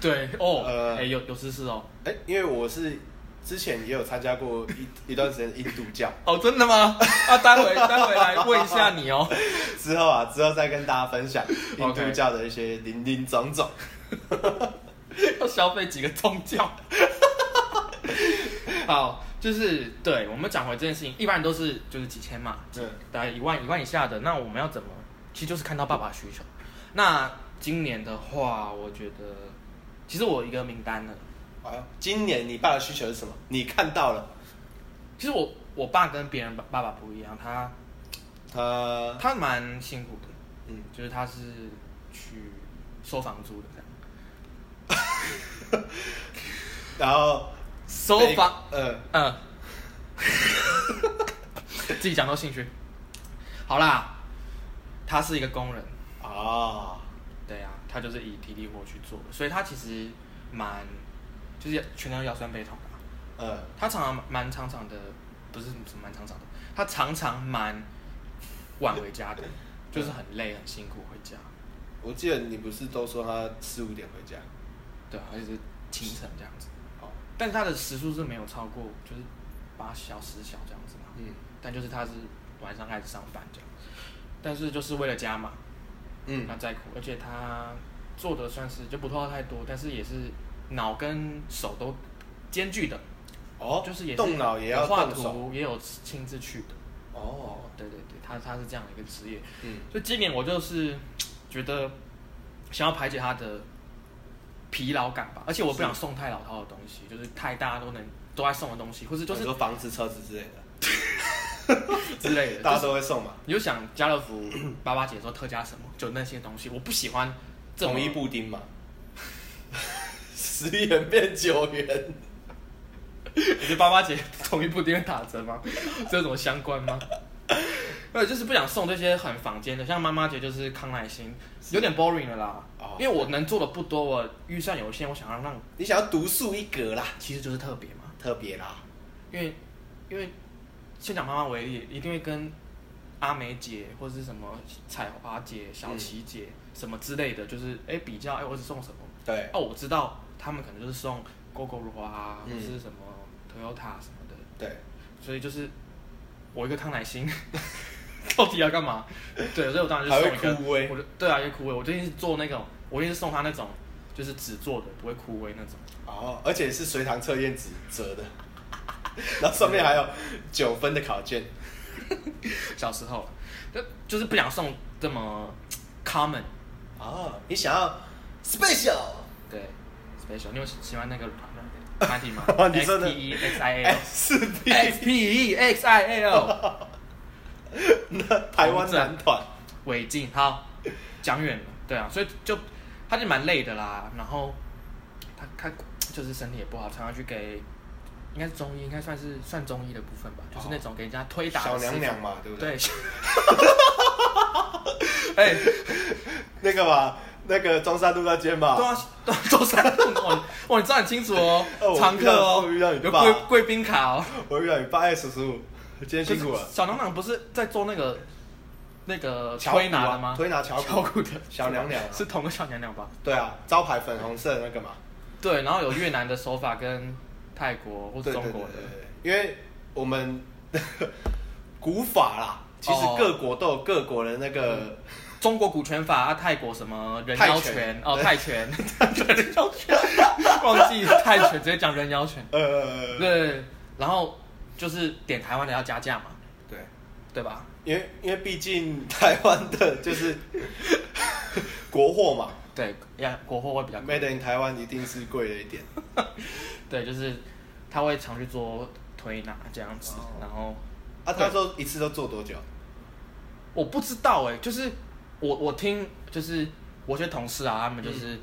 [SPEAKER 1] 对哦，哎、
[SPEAKER 2] 呃
[SPEAKER 1] 有有知识哦。
[SPEAKER 2] 哎、因为我是之前也有参加过一一段时间印度教，
[SPEAKER 1] 哦，真的吗？啊，待会待会来问一下你哦。
[SPEAKER 2] 之后啊，之后再跟大家分享印
[SPEAKER 1] OK
[SPEAKER 2] 度教的一些林林总总。
[SPEAKER 1] 要消费几个宗 教？好，就是对我们讲回这件事情，一般人都是就是几千嘛，
[SPEAKER 2] 嗯，
[SPEAKER 1] 大概一万一万以下的。那我们要怎么？其实就是看到爸爸需求。那今年的话，我觉得其实我有一个名单了。
[SPEAKER 2] 好，今年你爸的需求是什么？你看到了？
[SPEAKER 1] 其实我我爸跟别人爸爸爸不一样，他
[SPEAKER 2] 他
[SPEAKER 1] 他蛮辛苦的，
[SPEAKER 2] 呃嗯，
[SPEAKER 1] 就是他是去收房租的这样，
[SPEAKER 2] 然后
[SPEAKER 1] 收
[SPEAKER 2] 房
[SPEAKER 1] 房，
[SPEAKER 2] 呃，
[SPEAKER 1] 嗯， 自己讲到兴趣。好啦，他是一个工人，
[SPEAKER 2] 啊，
[SPEAKER 1] 对啊，他就是以体力活去做的，所以他其实蛮就是全身腰酸背痛的啊、
[SPEAKER 2] 呃，
[SPEAKER 1] 他常常蛮常常的，不是蛮常常的，他常常蛮晚回家的，就是很累很辛苦回家，
[SPEAKER 2] 我记得你不是都说他四五点回家？
[SPEAKER 1] 对啊，而且是清晨这样子。
[SPEAKER 2] 哦，
[SPEAKER 1] 但是他的时速是没有超过就是八小时小这样子嘛，
[SPEAKER 2] 嗯
[SPEAKER 1] 但就是他是晚上开始上班这样，但是就是为了家嘛，
[SPEAKER 2] 嗯
[SPEAKER 1] 那再苦，而且他做的算是就不拖太多，但是也是脑跟手都兼具的，
[SPEAKER 2] 哦，
[SPEAKER 1] 就是也是
[SPEAKER 2] 动脑也
[SPEAKER 1] 有
[SPEAKER 2] 要
[SPEAKER 1] 画
[SPEAKER 2] 动手，
[SPEAKER 1] 图，也有亲自去的。
[SPEAKER 2] 哦，
[SPEAKER 1] 对对对，他他是这样的一个职业，
[SPEAKER 2] 嗯
[SPEAKER 1] 所以今年我就是觉得想要排解他的疲劳感吧，而且我不想送太老套的东西，就是太大家都能都爱送的东西，或是就
[SPEAKER 2] 就是
[SPEAKER 1] 是
[SPEAKER 2] 嗯说房子、车子之类的，
[SPEAKER 1] 之类的。 就
[SPEAKER 2] 大家
[SPEAKER 1] 是
[SPEAKER 2] 都会送嘛，
[SPEAKER 1] 你就想家乐福八八节说特价什么，就那些东西，我不喜欢这种
[SPEAKER 2] 统一布丁嘛， 十元变九元，
[SPEAKER 1] 你觉得八八节 统一布丁会打折吗？ 这有什么相关吗？对，就是不想送这些很房间的，像妈妈节就是康乃馨，有点 boring 了啦。
[SPEAKER 2] 哦
[SPEAKER 1] 因为我能做的不多，我预算有限，我想要让
[SPEAKER 2] 你想要独树一格啦，
[SPEAKER 1] 其实就是特别嘛。
[SPEAKER 2] 特别啦，
[SPEAKER 1] 因为因为先讲妈妈为例，一定会跟阿梅姐或者是什么彩华姐、小琪姐、
[SPEAKER 2] 嗯
[SPEAKER 1] 什么之类的，就是哎、诶比较哎、诶我儿子送什么。
[SPEAKER 2] 对，
[SPEAKER 1] 哦，我知道他们可能就是送 GoGo 花啊，
[SPEAKER 2] 嗯
[SPEAKER 1] 或是什么 Toyota 什么的，
[SPEAKER 2] 对，
[SPEAKER 1] 所以就是我一个康乃馨， 到底要干嘛？对，所以我当然就送
[SPEAKER 2] 还会
[SPEAKER 1] 一个，
[SPEAKER 2] 枯萎
[SPEAKER 1] 我就对啊，就枯萎。我最近是做那种，我一定是送他那种就是纸做的，不会枯萎那种。
[SPEAKER 2] 哦，而且是随堂测验纸折 的，然后上面还有九分的考卷，
[SPEAKER 1] 小时候，就就是不想送这么 common，
[SPEAKER 2] 哦，你想要 special。
[SPEAKER 1] 对，special。你有喜喜欢那个团 体吗
[SPEAKER 2] 哦你真的
[SPEAKER 1] X P E X
[SPEAKER 2] 哎
[SPEAKER 1] I L
[SPEAKER 2] S B
[SPEAKER 1] X P E X I L
[SPEAKER 2] 那台湾男团，
[SPEAKER 1] 违禁，好，讲远了，对啊，所以就他就蛮累的啦，然后他他就是身体也不好，常常去给。应该是中医，应该算是算中医的部分吧，就是那种给人家推打
[SPEAKER 2] 哦
[SPEAKER 1] 的
[SPEAKER 2] 小
[SPEAKER 1] 师
[SPEAKER 2] 娘
[SPEAKER 1] 傅
[SPEAKER 2] 娘嘛，对不对？
[SPEAKER 1] 对。 哎、
[SPEAKER 2] 那个嘛，那个中山路那间嘛，
[SPEAKER 1] 对啊， 周三弄哦，哇，你知道很清楚哦
[SPEAKER 2] 哦，我
[SPEAKER 1] 常客哦，
[SPEAKER 2] 遇到我遇到你
[SPEAKER 1] 有
[SPEAKER 2] 爸
[SPEAKER 1] 贵贵宾卡哦。
[SPEAKER 2] 我遇到你爸哎，叔叔，今天辛苦了。
[SPEAKER 1] 小娘娘不是在做那个那个
[SPEAKER 2] 巧骨啊
[SPEAKER 1] 推拿的吗？
[SPEAKER 2] 推拿巧骨
[SPEAKER 1] 巧骨的
[SPEAKER 2] 小娘娘啊
[SPEAKER 1] 是同个小娘娘吧？
[SPEAKER 2] 对啊，招牌粉红色的那个嘛，
[SPEAKER 1] 对，然后有越南的手法跟泰国或
[SPEAKER 2] 对
[SPEAKER 1] 者中
[SPEAKER 2] 对对对
[SPEAKER 1] 国的，
[SPEAKER 2] 对，因为我们 古法啦，其实
[SPEAKER 1] 哦
[SPEAKER 2] 各国都有各国的那个
[SPEAKER 1] 中国股权法啊，泰国什么人妖拳
[SPEAKER 2] 泰拳
[SPEAKER 1] 哦，
[SPEAKER 2] 对
[SPEAKER 1] 泰拳，人妖拳， 忘记泰拳，直接讲人妖拳。
[SPEAKER 2] 呃，
[SPEAKER 1] 对，然后就是点台湾的要加价嘛，
[SPEAKER 2] 对，
[SPEAKER 1] 对吧？
[SPEAKER 2] 因为因为毕竟台湾的就是国 货嘛
[SPEAKER 1] 对，要国货会比较贵。
[SPEAKER 2] ，Made in 台湾一定是贵了 一点。
[SPEAKER 1] 对，就是他会常去做推拿这样子，
[SPEAKER 2] 哦
[SPEAKER 1] 然后
[SPEAKER 2] 啊，
[SPEAKER 1] 对
[SPEAKER 2] 他说一次都做多久？
[SPEAKER 1] 我不知道哎、就是我我听就是我有些同事啊，他们
[SPEAKER 2] 嗯
[SPEAKER 1] 就是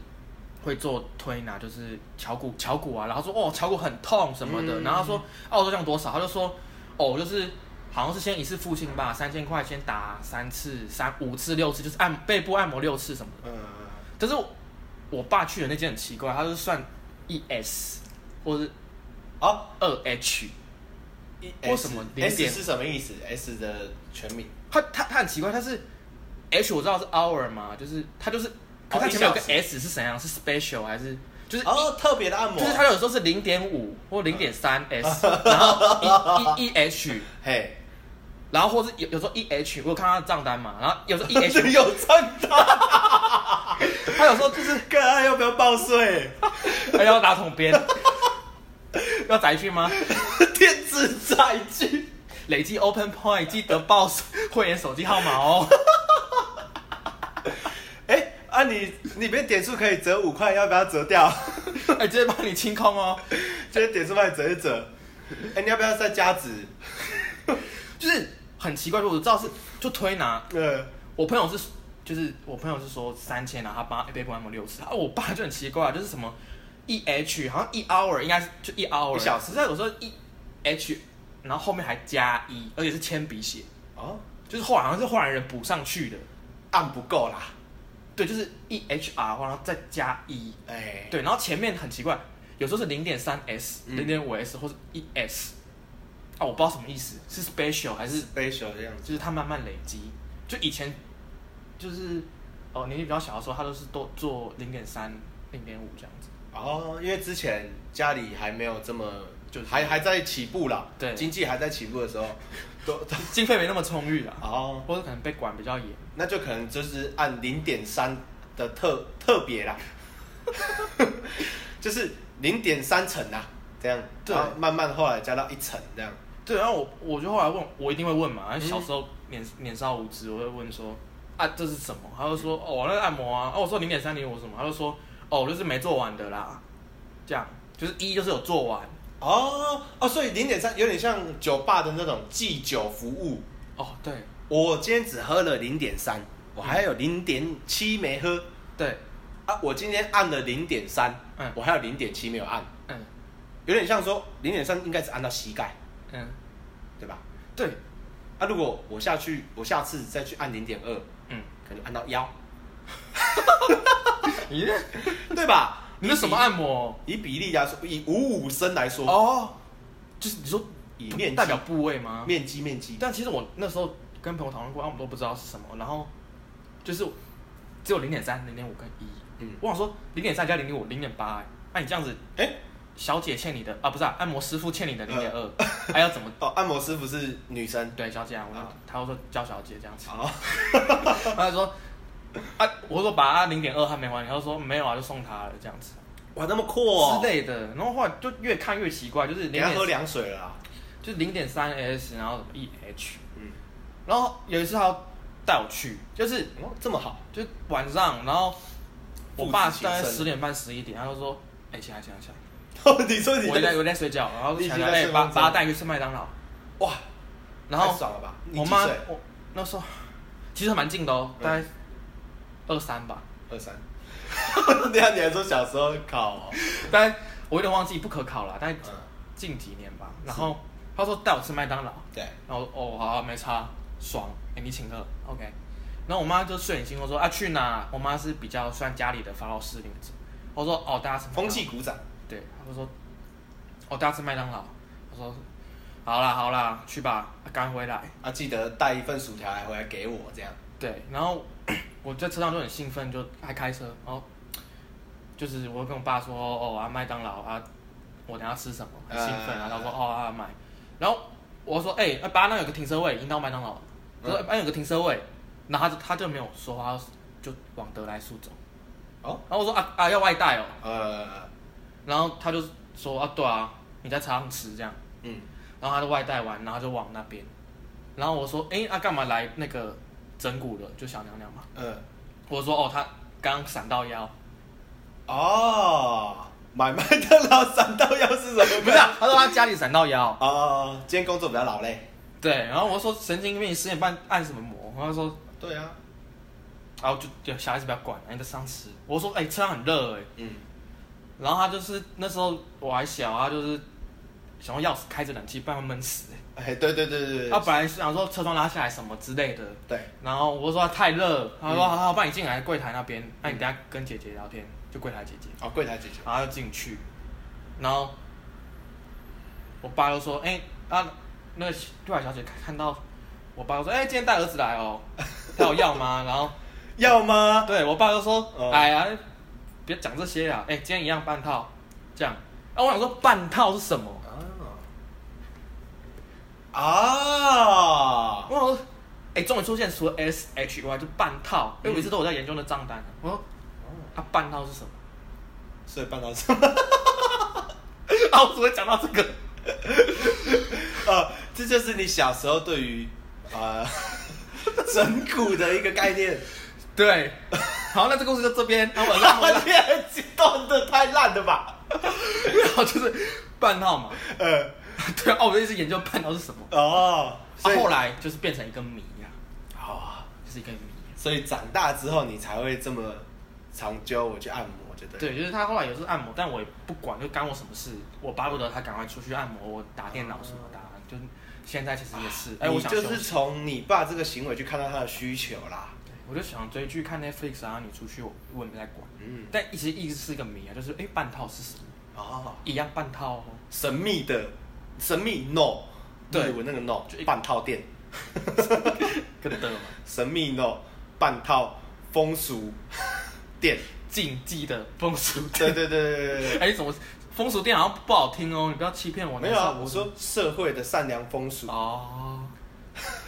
[SPEAKER 1] 会做推拿，就是敲骨敲骨啊，然后说哦敲骨很痛什么的，
[SPEAKER 2] 嗯
[SPEAKER 1] 然后他说澳洲这样多少，他就说哦就是。好像是先一次付清吧，三千块先打三次、三五次、六次，就是按背部按摩六次什么的。
[SPEAKER 2] 嗯，
[SPEAKER 1] 但是我我爸去的那间很奇怪，他是算 E S 或是
[SPEAKER 2] 好，
[SPEAKER 1] 二 H，
[SPEAKER 2] 为
[SPEAKER 1] 为什么零
[SPEAKER 2] S
[SPEAKER 1] 点
[SPEAKER 2] 是什么意思？S 的全名
[SPEAKER 1] 他他他很奇怪，他是 H 我知道是 hour 嘛，就是他就是，可是他前面有个
[SPEAKER 2] 哦一小
[SPEAKER 1] S 是怎样？是 special 还是就是、
[SPEAKER 2] 哦，特别的按摩，
[SPEAKER 1] 就是他有时候是零点五或零点三
[SPEAKER 2] 嗯
[SPEAKER 1] S，然后一一一 H，
[SPEAKER 2] 嘿，
[SPEAKER 1] 然后或是有有时候一 H，我有看他的账单嘛，然后有 时候一
[SPEAKER 2] 这
[SPEAKER 1] H，
[SPEAKER 2] 有赚到，
[SPEAKER 1] 他有时候就是
[SPEAKER 2] 看他要不要报税？
[SPEAKER 1] 还要打桶边，要载去吗？
[SPEAKER 2] 电子载具，
[SPEAKER 1] 累积 Open Point 记得报会员手机号码哦。
[SPEAKER 2] 哎，啊你里面点数可以折五块，要不要折掉？
[SPEAKER 1] 哎，直接帮你清空哦。
[SPEAKER 2] 这些点数帮你折一折。哎，你要不要再加值？
[SPEAKER 1] 就是很奇怪，我知道是就推拿，
[SPEAKER 2] 呃，
[SPEAKER 1] 我朋友是就是我朋友是说三千，然后他爸被按摩六次，啊，我爸就很奇怪，就是什么一 h 好像一 hour 应该是就一 hour
[SPEAKER 2] 一小时
[SPEAKER 1] 但有时候一 h，然后后面还加一，而且是铅笔写，
[SPEAKER 2] 哦，
[SPEAKER 1] 就是后来好像是后来人补上去的，
[SPEAKER 2] 按不够啦，
[SPEAKER 1] 对，就是一 h r，然后再加一，
[SPEAKER 2] 哎，
[SPEAKER 1] 对，然后前面很奇怪，有时候是零点三 s、
[SPEAKER 2] 嗯
[SPEAKER 1] 零点五 s 或者一 s，啊，我不知道什么意思，是 special 还是
[SPEAKER 2] ，special 这样子，
[SPEAKER 1] 就是它慢慢累积。就以前就是哦年纪比较小的时候，它都是都做零点三、零点五这样子。
[SPEAKER 2] 哦，因为之前家里还没有这么，
[SPEAKER 1] 就是
[SPEAKER 2] 还还在起步啦，
[SPEAKER 1] 对
[SPEAKER 2] 经济还在起步的时候，都都，
[SPEAKER 1] 经费没那么充裕啊，
[SPEAKER 2] 哦，
[SPEAKER 1] 或者可能被管比较严。
[SPEAKER 2] 那就可能就是按零点三的特特别啦， 就是零点三层啦，这样，
[SPEAKER 1] 对
[SPEAKER 2] 然后慢慢后来加到一层这样，
[SPEAKER 1] 对，然后我我就后来问，我一定会问嘛，因为小时候年年少无知，我会问说啊这是什么？他就说哦我那个按摩啊，啊我说零点三零五什么？他就说哦我就是没做完的啦，这样就是一就是有做完
[SPEAKER 2] 哦哦，所以零点三有点像酒吧的那种祭酒服务，
[SPEAKER 1] 哦对
[SPEAKER 2] 我今天只喝了零点三，我
[SPEAKER 1] 嗯
[SPEAKER 2] 还有零点七没喝
[SPEAKER 1] 对
[SPEAKER 2] 啊！我今天按了零点三
[SPEAKER 1] 嗯，
[SPEAKER 2] 我还有零点七没有按，
[SPEAKER 1] 嗯
[SPEAKER 2] 有点像说零点三应该只按到膝盖，
[SPEAKER 1] 嗯
[SPEAKER 2] 对吧？
[SPEAKER 1] 对
[SPEAKER 2] 啊，如果我下去，我下次再去按零点二，
[SPEAKER 1] 嗯，
[SPEAKER 2] 可能按到腰，
[SPEAKER 1] 你这
[SPEAKER 2] 对吧？
[SPEAKER 1] 你这什么按摩？
[SPEAKER 2] 以比例来说，以五五身来说，
[SPEAKER 1] 哦，就是你说
[SPEAKER 2] 以面积
[SPEAKER 1] 代表部位吗？
[SPEAKER 2] 面积面积，
[SPEAKER 1] 但其实我那时候跟朋友讨论过，啊，我们都不知道是什么，然后就是只有零点三、零点五跟一。
[SPEAKER 2] 嗯
[SPEAKER 1] 我想说零点三加零点五，零点八，那你这样子，
[SPEAKER 2] 哎、
[SPEAKER 1] 小姐欠你的啊，不是、啊、按摩师傅欠你的零点二，还要怎么？
[SPEAKER 2] 哦，按摩师傅是女生，
[SPEAKER 1] 对，小姐啊，我说
[SPEAKER 2] 啊
[SPEAKER 1] 他说叫小姐这样子，
[SPEAKER 2] 哦，
[SPEAKER 1] 然后他说啊，我说把啊零点二还没还你，他说没有啊，就送他了这样子
[SPEAKER 2] 哇，那么阔、哦，
[SPEAKER 1] 之类的。然后后来就越看越奇怪，就是零
[SPEAKER 2] 等一下喝
[SPEAKER 1] 点
[SPEAKER 2] 凉水了啦，
[SPEAKER 1] 就零点三 S，然后一 H，
[SPEAKER 2] 嗯，
[SPEAKER 1] 然后有一次他要带我去，就是
[SPEAKER 2] 哦，这么好，
[SPEAKER 1] 就晚上，然后我爸
[SPEAKER 2] 父子
[SPEAKER 1] 大概
[SPEAKER 2] 情深
[SPEAKER 1] 十点半十一点，他就说：“哎、起来起来起来
[SPEAKER 2] 你说！”你
[SPEAKER 1] 我在我在睡觉，然后
[SPEAKER 2] 你已
[SPEAKER 1] 起
[SPEAKER 2] 经
[SPEAKER 1] 来
[SPEAKER 2] 在
[SPEAKER 1] 哎
[SPEAKER 2] 睡
[SPEAKER 1] 把
[SPEAKER 2] 梦中
[SPEAKER 1] 把他带去吃麦当劳，
[SPEAKER 2] 哇，
[SPEAKER 1] 然后
[SPEAKER 2] 太爽了吧？你
[SPEAKER 1] 我
[SPEAKER 2] 几
[SPEAKER 1] 妈
[SPEAKER 2] 岁
[SPEAKER 1] 我那时候其实蛮近的哦，
[SPEAKER 2] 嗯
[SPEAKER 1] 大概二三吧，
[SPEAKER 2] 二三， 对啊，你还说小时候考、哦，
[SPEAKER 1] 大概我有点忘记不可考了，大概
[SPEAKER 2] 嗯，
[SPEAKER 1] 近几年吧。然后他说带我吃麦当劳，
[SPEAKER 2] 对，
[SPEAKER 1] 然后哦好、啊、没差，爽，哎、你请客，OK。然后我妈就睡眼惺忪说啊去哪？我妈是比较算家里的法老式女子。我说哦，大家什么
[SPEAKER 2] 风气鼓掌，
[SPEAKER 1] 对，他就说，我大家吃麦当劳。我说，好啦好啦，去吧，赶回来。
[SPEAKER 2] 啊，记得带一份薯条来回来给我，这样，
[SPEAKER 1] 对，然后我在车上就很兴奋，就还开车，然后就是我跟我爸说，哦啊麦当劳啊，我等下吃什么，很兴奋啊，
[SPEAKER 2] 嗯
[SPEAKER 1] 然后说哦啊买，然后我说哎、那爸那有个停车位，引到麦当劳，我说
[SPEAKER 2] 嗯
[SPEAKER 1] 哎、有个停车位，然后他就他就没有说话，就往德来速走。
[SPEAKER 2] 哦，
[SPEAKER 1] 然后我说啊啊要外带哦，
[SPEAKER 2] 呃，
[SPEAKER 1] 然后他就说啊对啊，你在车上吃这样。
[SPEAKER 2] 嗯，
[SPEAKER 1] 然后他就外带完，然后就往那边。然后我说，哎、他、干嘛来那个整蛊了？就小娘娘嘛。
[SPEAKER 2] 呃，
[SPEAKER 1] 我说，哦，他刚闪到腰，
[SPEAKER 2] 哦，买麦当劳三道腰是什么？
[SPEAKER 1] 不是、啊，他说他家里闪到腰。
[SPEAKER 2] 哦，今天工作比较劳累。
[SPEAKER 1] 对，然后我说神经病，十点半按什么摩？然后他说，
[SPEAKER 2] 对啊，
[SPEAKER 1] 然后就就小孩子不要管，你在上吃。我说，哎、车上很热哎、
[SPEAKER 2] 嗯，
[SPEAKER 1] 然后他就是那时候我还小，他就是想用钥匙开着冷气，不然会闷死、欸。
[SPEAKER 2] 哎，对对对对
[SPEAKER 1] 他
[SPEAKER 2] 对，
[SPEAKER 1] 本来是想说车窗拉下来什么之类的，
[SPEAKER 2] 对，
[SPEAKER 1] 然后我就说他啊太热，他说
[SPEAKER 2] 嗯
[SPEAKER 1] 好好，不然你进来柜台那边，那你等一下跟姐姐聊天，就柜台姐姐，
[SPEAKER 2] 哦，柜台姐姐，
[SPEAKER 1] 然后就进去，然后我爸就说，哎、啊，那个柜台小姐看看到我爸就说，哎、今天带儿子来哦， 他有要吗？然后
[SPEAKER 2] 要吗？
[SPEAKER 1] 对我爸就说，
[SPEAKER 2] 哦
[SPEAKER 1] 哎呀，别讲这些啦，哎、今天一样半套，这样，啊，我想说半套是什么？
[SPEAKER 2] 啊，啊，
[SPEAKER 1] 我想说，哎、终于出现除了 S H Y 就半套，因为每次都有在研究那账单，我说，啊，半套是什么？
[SPEAKER 2] 所以半导 体。
[SPEAKER 1] 啊，我只会讲到这个。
[SPEAKER 2] 呃，这就是你小时候对于呃 整蛊的一个概念。
[SPEAKER 1] 对，好，那这故事就这边。然后晚上
[SPEAKER 2] 他
[SPEAKER 1] 回 来，
[SPEAKER 2] 们也很激动的太烂了吧？
[SPEAKER 1] 啊然后就是半套嘛。哦
[SPEAKER 2] 呃，
[SPEAKER 1] 对啊，我就一直研究半套是什么，
[SPEAKER 2] 哦，
[SPEAKER 1] 啊
[SPEAKER 2] 所以
[SPEAKER 1] 后来就是变成一个谜呀、
[SPEAKER 2] 好啊。
[SPEAKER 1] 就是一个谜。
[SPEAKER 2] 所以长大之后你才会这么常揪我去按摩，就对。，
[SPEAKER 1] 对，就是他后来也是按摩，但我也不管，就干我什么事，我巴不得他赶快出去按摩，我打电脑什么打，就是现在其实也是，哎、我
[SPEAKER 2] 啊你
[SPEAKER 1] 想
[SPEAKER 2] 就
[SPEAKER 1] 休
[SPEAKER 2] 是
[SPEAKER 1] 息
[SPEAKER 2] 从你爸这个行为去看到他的需求啦。
[SPEAKER 1] 对我就想追剧看 Netflix 啊，你出去我我也没在管，
[SPEAKER 2] 嗯，
[SPEAKER 1] 但一直一直是一个谜啊，就是哎、半套是什么？
[SPEAKER 2] 哦，
[SPEAKER 1] 一样半套、哦，
[SPEAKER 2] 神秘的神秘 no，
[SPEAKER 1] 对
[SPEAKER 2] 我那个 no
[SPEAKER 1] 就一个
[SPEAKER 2] 半套店，
[SPEAKER 1] 跟的嘛，
[SPEAKER 2] 神秘 no 半套风俗 店。
[SPEAKER 1] 禁忌的风俗
[SPEAKER 2] 对
[SPEAKER 1] 店，
[SPEAKER 2] 对对对对对。
[SPEAKER 1] 哎、怎么风俗店好像不好听哦，你不要欺骗我。
[SPEAKER 2] 没有啊，
[SPEAKER 1] 男生
[SPEAKER 2] 我说社会的善良风俗，
[SPEAKER 1] 哦，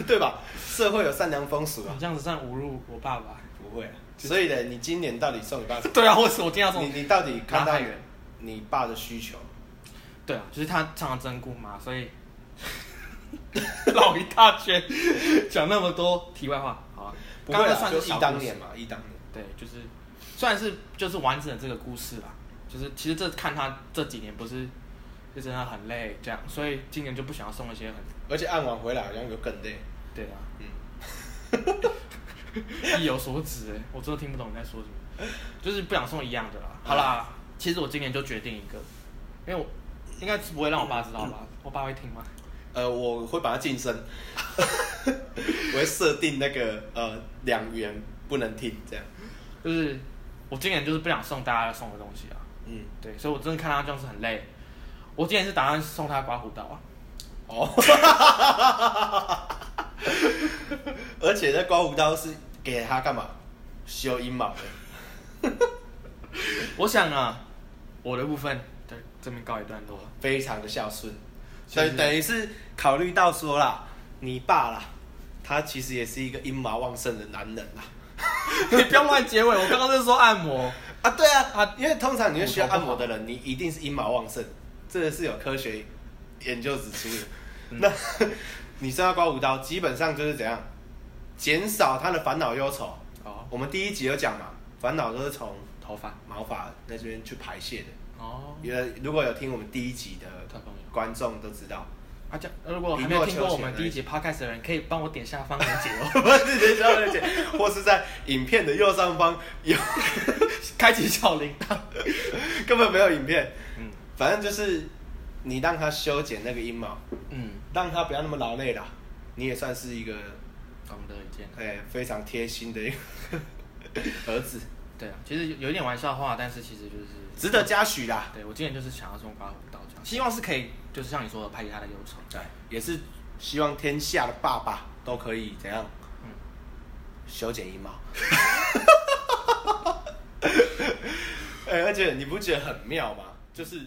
[SPEAKER 2] 对吧？社会有善良风俗啊
[SPEAKER 1] 你，这样子算侮辱我爸爸。
[SPEAKER 2] 不会啊。所以呢，你今年到底送你爸什 么？
[SPEAKER 1] 对啊，我我听到这种
[SPEAKER 2] 你，你到底看到
[SPEAKER 1] 拉太远
[SPEAKER 2] 你爸的需求？
[SPEAKER 1] 对啊，就是他唱了真姑妈，所以绕一大圈， 讲那么多题外话，好啊。
[SPEAKER 2] 不
[SPEAKER 1] 刚
[SPEAKER 2] 会
[SPEAKER 1] 刚
[SPEAKER 2] 啊
[SPEAKER 1] 算
[SPEAKER 2] 就是忆
[SPEAKER 1] 小
[SPEAKER 2] 当
[SPEAKER 1] 故事
[SPEAKER 2] 年嘛，忆当年。
[SPEAKER 1] 对，就是算是就是完整的这个故事啦。就是其实这看他这几年不是，就真的很累这样，所以今年就不想要送一些很
[SPEAKER 2] 而且按完回来好像有更累。
[SPEAKER 1] 对啊，
[SPEAKER 2] 嗯，
[SPEAKER 1] 意有所指哎，我真的听不懂你在说什么，就是不想送一样的啦。好啦，其实我今年就决定一个，因为我应该是不会让我爸知道吧？我爸会听吗？
[SPEAKER 2] 呃，我会把它晋升， 我会设定那个呃两元不能听这样。
[SPEAKER 1] 就是我今年就是不想送大家送的东西啊，
[SPEAKER 2] 嗯，
[SPEAKER 1] 对，所以我真的看他这样子很累。我今年是打算送他刮胡刀啊，
[SPEAKER 2] 哦，而且那刮胡刀是给他干嘛？修阴毛的。
[SPEAKER 1] 我想啊，我的部分在这边告一段落。
[SPEAKER 2] 非常的孝顺，
[SPEAKER 1] 是
[SPEAKER 2] 所
[SPEAKER 1] 是
[SPEAKER 2] 以等于是考虑到说啦，你爸啦，他其实也是一个阴毛旺盛的男人啦。
[SPEAKER 1] 你不要乱结尾，我刚刚在说按摩，
[SPEAKER 2] 啊，对啊，啊，因为通常你会需要
[SPEAKER 1] 骨头
[SPEAKER 2] 按
[SPEAKER 1] 不好
[SPEAKER 2] 摩的人，你一定是阴毛旺盛，这个是有科学研究指出的。
[SPEAKER 1] 嗯
[SPEAKER 2] 那 你上要刮胡刀，基本上就是怎样减少他的烦恼忧愁。
[SPEAKER 1] 哦，
[SPEAKER 2] 我们第一集有讲嘛，烦恼都是从
[SPEAKER 1] 头发，
[SPEAKER 2] 毛发那边去排泄的。
[SPEAKER 1] 哦，
[SPEAKER 2] 因为如果有听我们第一集的
[SPEAKER 1] 他朋友。
[SPEAKER 2] 观众都知道，
[SPEAKER 1] 啊，这样如果还没有听过我们第一集 podcast 的人，可以帮我点下方链接 哦。
[SPEAKER 2] 不是学校的姐，或是在影片的右上方有，
[SPEAKER 1] 开启小铃铛。
[SPEAKER 2] 根本没有影片，
[SPEAKER 1] 嗯
[SPEAKER 2] 反正就是你让他修剪那个阴毛，
[SPEAKER 1] 嗯，
[SPEAKER 2] 让他不要那么劳累啦。你也算是一个
[SPEAKER 1] 懂得一件。
[SPEAKER 2] 诶、非常贴心的一个 儿子，
[SPEAKER 1] 对啊，其实有有一点玩笑话，但是其实就是
[SPEAKER 2] 值得嘉许啦。
[SPEAKER 1] 对我今年就是想要送刮胡刀这样，希望是可以，就是像你说的排解他的忧愁。
[SPEAKER 2] 对，也是希望天下的爸爸都可以怎样
[SPEAKER 1] 嗯，
[SPEAKER 2] 修剪 阴毛。哎、而且你不觉得很妙吗？就是。